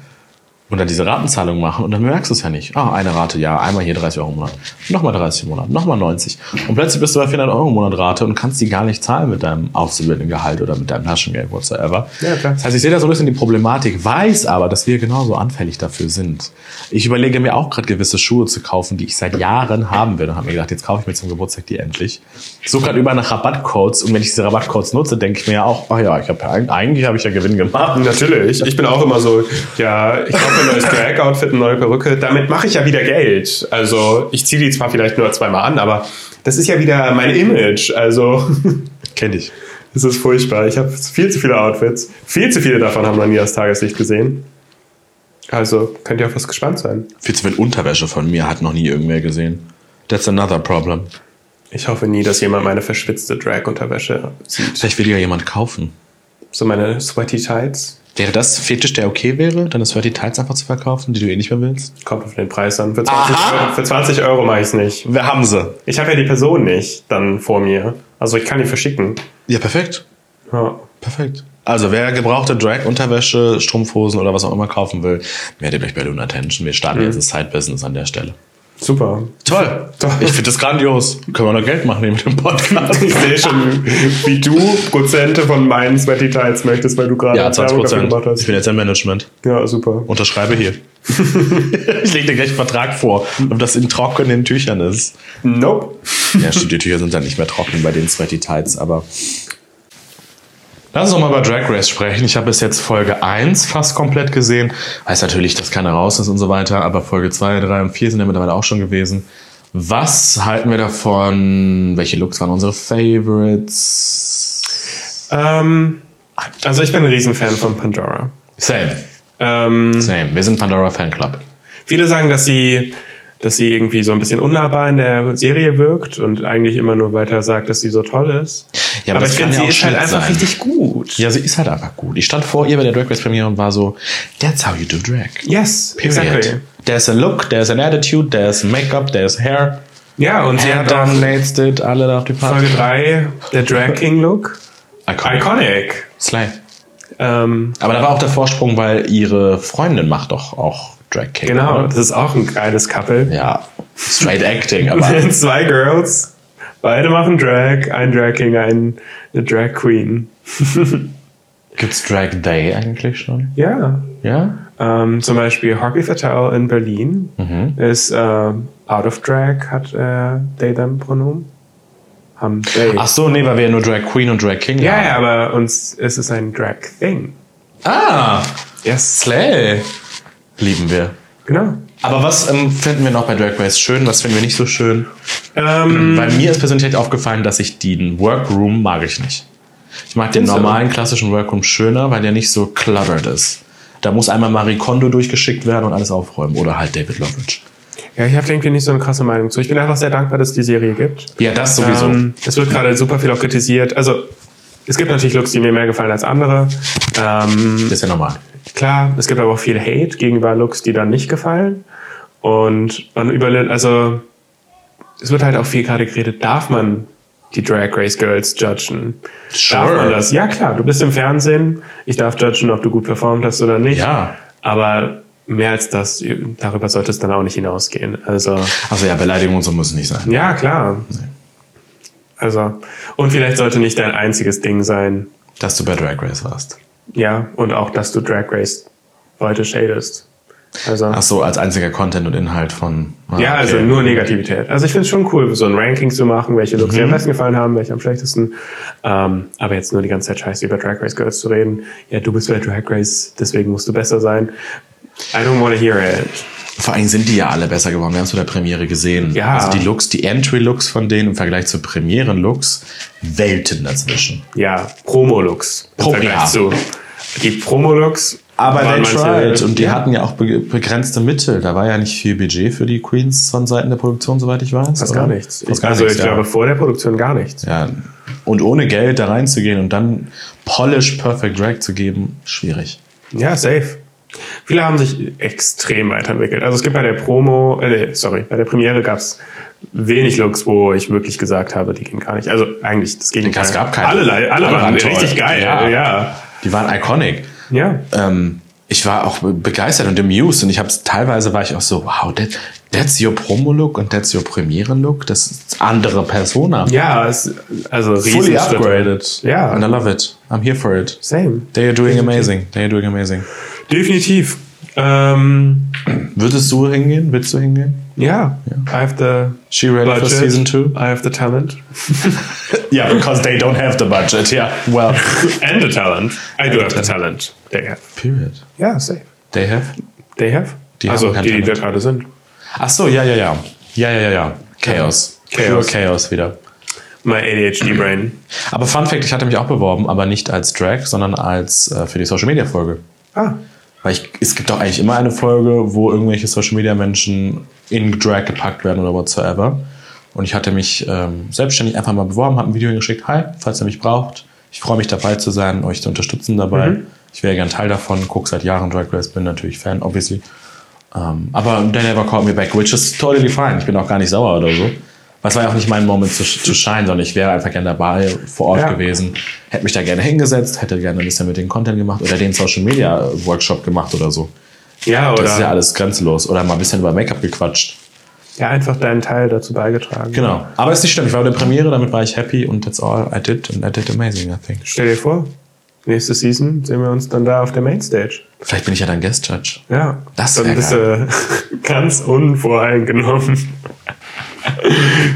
und dann diese Ratenzahlung machen und dann merkst du es ja nicht. Ah, eine Rate, ja, einmal hier 30 Euro im Monat, nochmal 30 im Monat, nochmal 90. Und plötzlich bist du bei 400 Euro im Monat Rate und kannst die gar nicht zahlen mit deinem auszubildenden Gehalt oder mit deinem Taschengeld, whatsoever. Ja, klar. Das heißt, Also ich sehe da so ein bisschen die Problematik, weiß aber, dass wir genauso anfällig dafür sind. Ich überlege mir auch gerade gewisse Schuhe zu kaufen, die ich seit Jahren haben will und habe mir gedacht, jetzt kaufe ich mir zum Geburtstag die endlich. Suche gerade über nach Rabattcodes und wenn ich diese Rabattcodes nutze, denke ich mir ja auch, oh ja, ich habe ja, eig- eigentlich habe ich ja Gewinn gemacht. Natürlich. Ich bin auch immer so, ja, ich kaufe ein neues Drag-Outfit, eine neue Perücke. Damit mache ich ja wieder Geld. Also, ich ziehe die zwar vielleicht nur zweimal an, aber das ist ja wieder mein Image. Also, Kenn ich. es ist furchtbar. Ich habe viel zu viele Outfits. Viel zu viele davon haben wir nie das Tageslicht gesehen. Also, könnt ihr auf was gespannt sein. Viel zu viel Unterwäsche von mir hat noch nie irgendwer gesehen. That's another problem. Ich hoffe nie, dass jemand meine verschwitzte Drag-Unterwäsche sieht. Vielleicht will ja jemand kaufen. So meine Sweaty Tights. Wäre das Fetisch, der okay wäre, deine Sweaty Tights einfach zu verkaufen, die du eh nicht mehr willst? Kommt auf den Preis an. Für 20 Aha. Euro, für 20 Euro mache ich es nicht. Wir haben sie. Ich habe ja die Person nicht dann vor mir. Also ich kann die verschicken. Ja, perfekt. Ja. Perfekt. Also wer gebrauchte Drag-Unterwäsche, Strumpfhosen oder was auch immer kaufen will, mehr dem gleich bei Luna Attention. Wir starten Mhm. jetzt das Side-Business an der Stelle. Super. Toll. Toll. Ich finde das grandios. Können wir noch Geld machen hier mit dem Podcast? Ich sehe schon, wie du Prozente von meinen Sweaty Tights möchtest, weil du gerade Ja, 20 Werbung dafür Prozent. gemacht Ich hast. bin jetzt im Management. Ja, super. Unterschreibe hier. ich lege dir gleich einen Vertrag vor, ob das in trockenen Tüchern ist. Nope. Ja, stimmt, die Tücher sind dann nicht mehr trocken bei den Sweaty Tights, aber. Lass uns doch mal über Drag Race sprechen. Ich habe bis jetzt Folge 1 fast komplett gesehen. Weiß natürlich, dass keiner raus ist und so weiter, aber Folge 2, 3 und 4 sind ja mittlerweile auch schon gewesen. Was halten wir davon? Welche Looks waren unsere Favorites? Ähm, also ich bin ein Riesenfan von Pandora. Same, Ähm, same. Wir sind Pandora Fanclub. Viele sagen, dass sie, dass sie irgendwie so ein bisschen unnahbar in der Serie wirkt und eigentlich immer nur weiter sagt, dass sie so toll ist. Ja, aber das kann ja auch Shit sein. halt richtig gut. Ja, sie ist halt einfach gut. Ich stand vor ihr bei der Drag Race Premiere und war so, that's how you do drag. Yes, Period. exactly. There's a look, there's an attitude, there's Make-up, there's hair. Ja, und sie Er hat auch dominates it, alle da auf die Folge Party. 3, der Drag King Look. Iconic. Slay. Ähm, Aber da war auch der Vorsprung, weil ihre Freundin macht doch auch Drag King. genau, oder? das ist auch ein geiles Couple. Ja. Straight Acting, aber Zwei Girls, beide machen Drag, ein Drag King, ein, eine Drag Queen. gibt's Drag Day eigentlich schon? Ja, Ja? Ähm, zum Beispiel Harvey Fattel in Berlin Mhm. ist ähm, out of drag, hat äh, they them Pronomen. Haben they. Ach so, nee, weil wir ja nur Drag Queen und Drag King ja, haben. ja, aber uns ist es ein Drag Thing. Ah, Yes. Slay. Lieben wir. Genau. Aber was ähm, finden wir noch bei Drag Race schön? Was finden wir nicht so schön? Ähm, Bei mir ist persönlich halt aufgefallen, dass ich den Workroom mag ich nicht. Ich mag den Findest du? normalen klassischen Workroom schöner, weil der nicht so cluttered ist. Da muss einmal Marie Kondo durchgeschickt werden und alles aufräumen. Oder halt David Lovitch. Ja, ich habe irgendwie nicht so eine krasse Meinung zu. Ich bin einfach sehr dankbar, dass es die Serie gibt. Ja, das sowieso. Ähm, es wird gerade super viel auch kritisiert. Also, es gibt natürlich Looks, die mir mehr gefallen als andere. Ähm, ist ja normal. klar, es gibt aber auch viel Hate gegenüber Looks, die dann nicht gefallen. Und man überlegt, also, es wird halt auch viel gerade geredet, darf man die Drag Race Girls judgen? Darf man das? Ja, klar, du bist im Fernsehen. Ich darf judgen, ob du gut performt hast oder nicht. Ja. Aber mehr als das, darüber sollte es dann auch nicht hinausgehen. Also, Also ja, Beleidigung und so muss es nicht sein. ja, klar. Also, und vielleicht sollte nicht dein einziges Ding sein, Dass du bei Drag Race warst. ja, und auch, dass du Drag Race Leute shadest. Also, Ach so, als einziger Content und Inhalt von. Ah, ja, also okay. nur Negativität. Also, ich finde es schon cool, so ein Ranking zu machen, welche Looks dir Mhm. am besten gefallen haben, welche am schlechtesten. Ähm, aber jetzt nur die ganze Zeit scheiße über Drag Race Girls zu reden. Ja, du bist bei Drag Race, deswegen musst du besser sein. I don't want to hear it. Vor allem sind die ja alle besser geworden. Wir haben es bei der Premiere gesehen. Ja. Also die Looks, die Entry-Looks von denen im Vergleich zu Premieren-Looks, Welten dazwischen. ja, Promolux. Im Pro- Vergleich ja. zu. Die Promolux. waren manche- Und die hatten ja auch be- begrenzte Mittel. Da war ja nicht viel Budget für die Queens von Seiten der Produktion, soweit ich weiß. Fast oder? gar nichts. Fast gar also nichts, ich ja. glaube vor der Produktion gar nichts. Ja. Und ohne Geld da reinzugehen und dann Polish Perfect Drag zu geben, schwierig. Ja, safe. Viele haben sich extrem weiterentwickelt. Also es gibt bei der Promo, äh, nee, sorry, bei der Premiere gab's wenig Looks, wo ich wirklich gesagt habe, die gehen gar nicht. Also eigentlich das Gegenteil. Es gab keine. Alle, alle, alle Alle waren waren richtig toll. geil. Ja. Ja. ja. Die waren iconic. Ja. Ähm, ich war auch be- begeistert und amused und ich habe teilweise war ich auch so, wow, that, that's your Promo-Look und that's your Premiere-Look. Das ist andere Persona. Ja, es, also Fully Riesenschritte. upgraded. Ja. And I love it. I'm here for it. Same. They are doing amazing. They are doing amazing. Definitiv. Ähm, Würdest du hingehen? Willst du hingehen? ja. I have the She ready for season two? I have the talent. Yeah, because they don't have the budget. Yeah, well. And the talent. I do have the talent. They have. Period. Ja, safe. They have. They have? Die also, haben kein die, die da Talent. gerade sind. Ach so, ja, ja, ja. Ja, ja, ja, ja. Chaos. Chaos. Chaos. Pure Chaos wieder. My ADHD-Brain. Aber Fun Fact, ich hatte mich auch beworben, aber nicht als Drag, sondern als äh, für die Social Media Folge. Ah. Weil ich, es gibt doch eigentlich immer eine Folge, wo irgendwelche Social Media Menschen in Drag gepackt werden oder whatsoever. Und ich hatte mich ähm, selbstständig einfach mal beworben, habe ein Video geschickt. Hi, falls ihr mich braucht. Ich freue mich dabei zu sein, euch zu unterstützen dabei. Ich wäre gern Teil davon, gucke seit Jahren Drag Race, bin natürlich Fan, obviously. Ähm, aber they never called me back, which is totally fine. Ich bin auch gar nicht sauer oder so. Was war ja auch nicht mein Moment zu, zu shine, sondern ich wäre einfach gerne dabei vor Ort Ja. gewesen, hätte mich da gerne hingesetzt, hätte gerne ein bisschen mit den Content gemacht oder den Social Media Workshop gemacht oder so. Ja, oder? Das ist ja alles grenzenlos. Oder mal ein bisschen über Make-up gequatscht. Ja, einfach deinen Teil dazu beigetragen. Genau. Aber ist nicht schlimm. Ich war bei der Premiere, damit war ich happy und that's all I did and I did amazing, I think. Stell dir vor, nächste Season sehen wir uns dann da auf der Mainstage. Vielleicht bin ich ja dann Guest Judge. Ja. Das dann wär bist du ganz unvoreingenommen.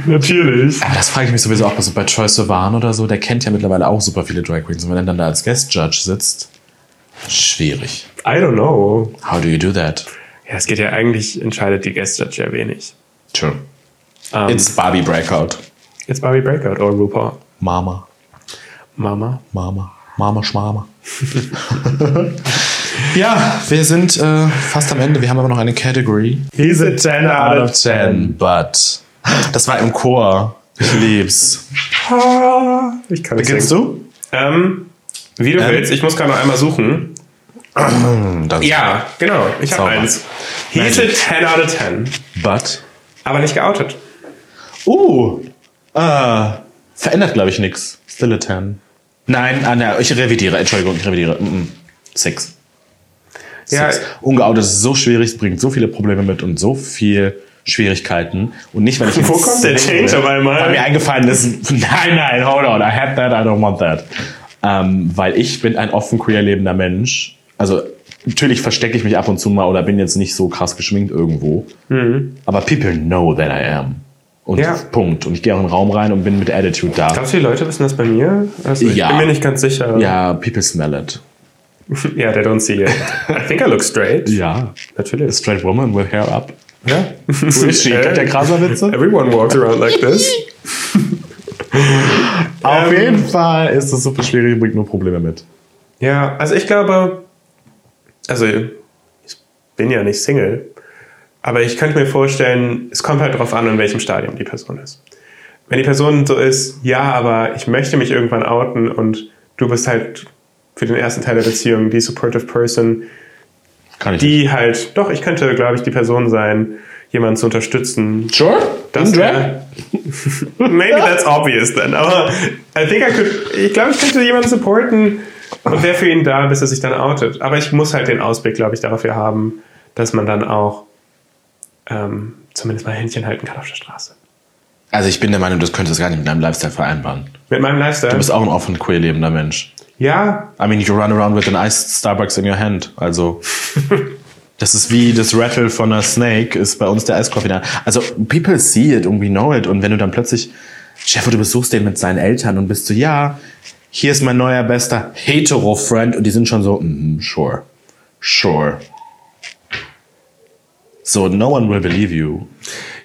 Natürlich. Aber das frage ich mich sowieso auch, also bei Troy Sivan oder so, der kennt ja mittlerweile auch super viele Drag Queens. Und wenn er dann da als Guest Judge sitzt, schwierig. I don't know. How do you do that? Ja, es geht ja eigentlich, entscheidet die Guest Judge ja wenig. True. Ähm, It's Barbie Breakout. It's Barbie Breakout or RuPaul. Mama, Mama. Mama, Mama Schmama. ja, wir sind äh, fast am Ende. Wir haben aber noch eine Category. He's a 10 out of 10. but. Das war im Chor. Ich lieb's. Ah, ich kann nicht Beginnst singen. du? Ähm, wie du Ähm. willst, ich muss gerade noch einmal suchen. Dann Ja, genau. Ich habe Sauber. eins. He's a 10 out of 10. But. Aber nicht geoutet. Uh. Äh, verändert, glaube ich, nix. Still a 10. Nein, ah, na, ich revidiere. Entschuldigung, ich revidiere. Mm -mm. Six. Ja. Six. Ungeoutet ist so schwierig, es bringt so viele Probleme mit und so viel Schwierigkeiten. Und nicht, wenn ich. Wo jetzt kommt der single Change auf bin, einmal? Weil mir eingefallen ist, nein, nein, hold on, I had that, I don't want that. Ähm, weil ich bin ein offen queer lebender Mensch. Also, natürlich verstecke ich mich ab und zu mal oder bin jetzt nicht so krass geschminkt irgendwo. Aber people know that I am. Und Mhm. Ja. Punkt. Und ich gehe auch in den Raum rein und bin mit Attitude da. Glaubst du, die Leute wissen das bei mir? Also, ich Ja. bin mir nicht ganz sicher. Ja, people smell it. ja they don't see it. I think I look straight. Ja. A Natürlich. straight woman with hair up. Ja. Äh. Ähm. Who is she? Kennt ihr Kraserwitze? Everyone walks around like this. Auf Ähm. jeden Fall ist das super schwierig und bringt nur Probleme mit. Ja, also ich glaube, also ich bin ja nicht Single, aber ich könnte mir vorstellen, es kommt halt darauf an, in welchem Stadium die Person ist. Wenn die Person so ist, ja, aber ich möchte mich irgendwann outen und du bist halt für den ersten Teil der Beziehung die supportive person, Kann ich die halt, doch, ich könnte, glaube ich, die Person sein, jemanden zu unterstützen, Sure? das äh, In Drag? wär- Maybe that's obvious then. Aber I think I could, ich glaube, ich könnte jemanden supporten und wäre für ihn da, bis er sich dann outet. Aber ich muss halt den Ausblick, glaube ich, dafür haben, dass man dann auch ähm, zumindest mal Händchen halten kann auf der Straße. Also ich bin der Meinung, das könntest du gar nicht mit deinem Lifestyle vereinbaren. Mit meinem Lifestyle. Du bist auch ein offen queer lebender Mensch. ja, I mean, you run around with an iced Starbucks in your hand. Also das ist wie das Rattle von einer Snake ist bei uns der Eiskoffee. Also people see it und we know it. Und wenn du dann plötzlich, Chef, du besuchst den mit seinen Eltern und bist so, ja, hier ist mein neuer bester hetero-Friend und die sind schon so, mm, sure, sure. So, no one will believe you.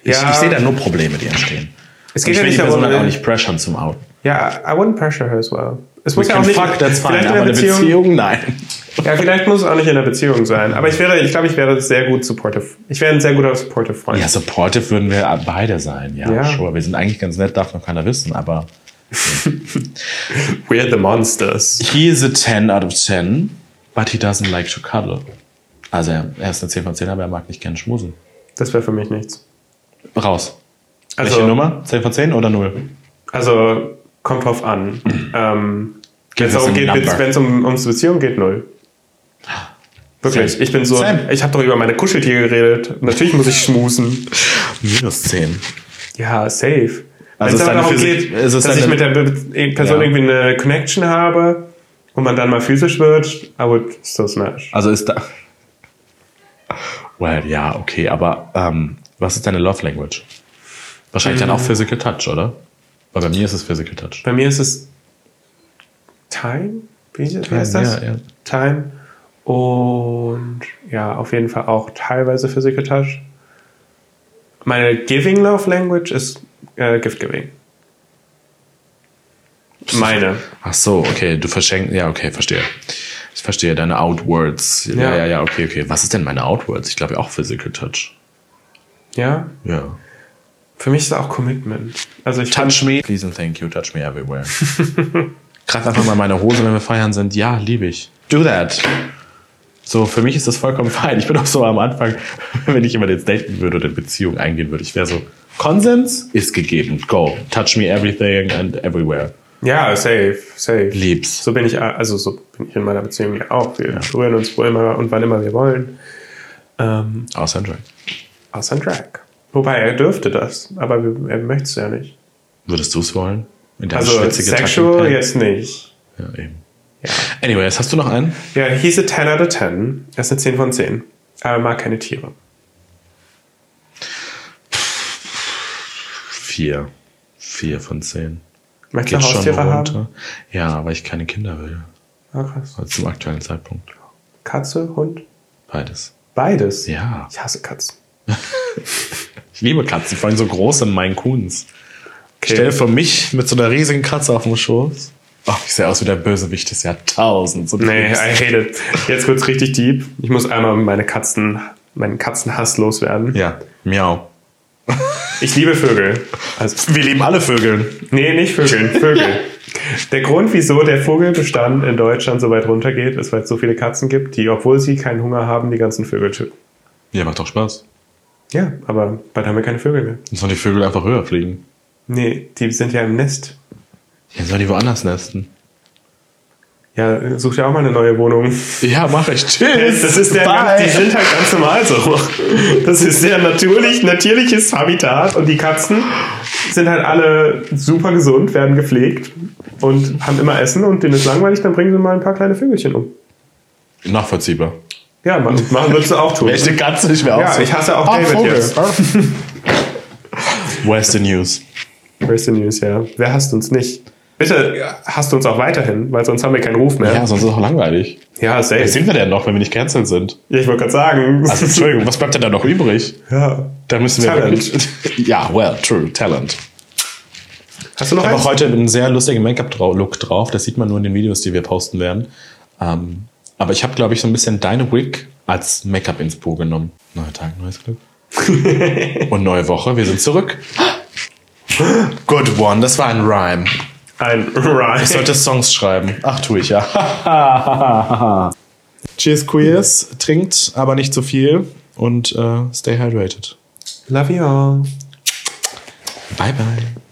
Ich, Ja. ich sehe da nur Probleme, die entstehen. es Und geht ich ja will die nicht Person darum. äh, dann auch nicht pressuren zum Out. Ja, I wouldn't pressure her as well. Es We muss ja can auch nicht. fuck, that's fine, vielleicht in aber der eine Beziehung, Beziehung, nein. Ja, vielleicht muss es auch nicht in der Beziehung sein. Aber ich wäre, ich glaube, ich wäre sehr gut supportive. Ich wäre ein sehr guter supportive Freund. Ja, supportive würden wir beide sein, ja, Ja. sure. Wir sind eigentlich ganz nett, darf noch keiner wissen, aber We're the monsters. he is a 10 out of 10, but he doesn't like to cuddle. Also er, er ist eine 10 von 10, aber er mag nicht gerne schmusen. Das wäre für mich nichts. Raus. Also, Welche Nummer? 10 von 10 oder 0? Also kommt drauf an. Mhm. ähm, Give wenn es us a darum geht, number. wenn's um, ums Beziehung geht, null. Wirklich, Same. ich bin so. Same. Ich habe doch über meine Kuscheltiere geredet. Natürlich muss ich schmusen. Minus 10. Ja, safe. Wenn Also ist es aber deine darum Physik- geht, es ist dass ich deine- mit der Be Person Ja. irgendwie eine Connection habe und man dann mal physisch wird, I would still smash. Also ist da... Well, ja, okay, aber ähm, was ist deine Love Language? Wahrscheinlich Hm. dann auch Physical Touch, oder? Weil bei mir ist es Physical Touch. Bei mir ist es Time. Wie wie heißt Time, das? ja, ja. Time. Und ja, auf jeden Fall auch teilweise Physical Touch. Meine Giving Love Language ist äh, Gift Giving. Meine. Ach so, okay, du verschenkst. Ja, okay, verstehe. Ich verstehe deine Outwords. Ja, ja, Ja. ja, okay, okay. Was ist denn meine Outwords? Ich glaube auch Physical Touch. Ja. Ja. Für mich ist auch Commitment. Also ich Touch me. Please and thank you. Touch me everywhere. Greif einfach mal meine Hose, wenn wir feiern sind. Ja, liebe ich. Do that. So, für mich ist das vollkommen fein. Ich bin auch so am Anfang, wenn ich jemanden jetzt daten würde oder in Beziehung eingehen würde, ich wäre so, Konsens ist gegeben. Go. Touch me everything and everywhere. Ja, safe, safe. Lieb's. So bin ich, also so bin ich in meiner Beziehung ja auch. Wir berühren uns wo immer und wann immer wir wollen. Ähm, Außer in Drag. außer in Drag. Wobei, er dürfte das, aber wir- er möchte es ja nicht. Würdest du es wollen? In deiner Also schwitzigen Tacke- sexual jetzt nicht. Ja, eben. Anyways, hast du noch einen? Ja, hieße 10 out of 10. Das ist eine 10 von 10. Aber mag keine Tiere. Vier. Vier von zehn. Möchtest du Haustiere haben? Ja, weil ich keine Kinder will. Ah, krass. Also zum aktuellen Zeitpunkt. Katze, Hund? Beides. Beides? Ja. Ich hasse Katzen. Ich liebe Katzen, vor allem so große Maine Coons. Okay. Stell dir vor mich mit so einer riesigen Katze auf dem Schoß. Ach, ich sehe aus wie der Bösewicht des Jahrtausends. Und Nee, I lieb's. hate it. Jetzt wird's richtig deep. Ich muss einmal meine Katzen, meinen Katzenhass loswerden. Ja, miau. Ich liebe Vögel. Also, Wir lieben alle Vögel. nee, nicht Vögel, Vögel. Der Grund, wieso der Vogelbestand in Deutschland so weit runtergeht, ist, weil es so viele Katzen gibt, die, obwohl sie keinen Hunger haben, die ganzen Vögel töten. Ja, macht doch Spaß. Ja, aber bald haben wir keine Vögel mehr. Dann sollen die Vögel einfach höher fliegen. Nee, die sind ja im Nest. Ja, sollen die woanders nesten? Ja, such dir auch mal eine neue Wohnung. Ja, mach ich. Tschüss. Das ist ja ganz, die sind halt ganz normal so. Das ist sehr natürlich, natürliches Habitat und die Katzen sind halt alle super gesund, werden gepflegt und haben immer Essen und denen ist langweilig, dann bringen sie mal ein paar kleine Vögelchen um. Nachvollziehbar. Ja, ma- machen würdest du auch tun. Welche Katze? Ich wäre auch Ja, so. ich hasse auch Ah, David Vogel. jetzt. Where's the news? Rest in News, ja. Wer hasst uns nicht? Bitte ja, hasst uns auch weiterhin, weil sonst haben wir keinen Ruf mehr. Ja, sonst ist es auch langweilig. Ja, Wer safe. sind wir denn noch, wenn wir nicht cancelled sind? Ja, ich wollte gerade sagen. Also, Entschuldigung, was bleibt denn da noch übrig? Ja. Da müssen wir Talent. wirklich- Ja, well, true, Talent. Hast du noch Ich habe eins? auch heute einen sehr lustigen Make-up-Look drauf. Das sieht man nur in den Videos, die wir posten werden. Ähm, aber ich habe, glaube ich, so ein bisschen deine Wig als Make-up-Inspo genommen. Neuer Tag, neues Glück. Und neue Woche, wir sind zurück. Good one, das war ein Rhyme. Ein Rhyme. Ich sollte Songs schreiben. Ach, tue ich ja. Cheers, Queers. Trinkt, aber nicht zu viel. Und äh, stay hydrated. Love you all. Bye, bye.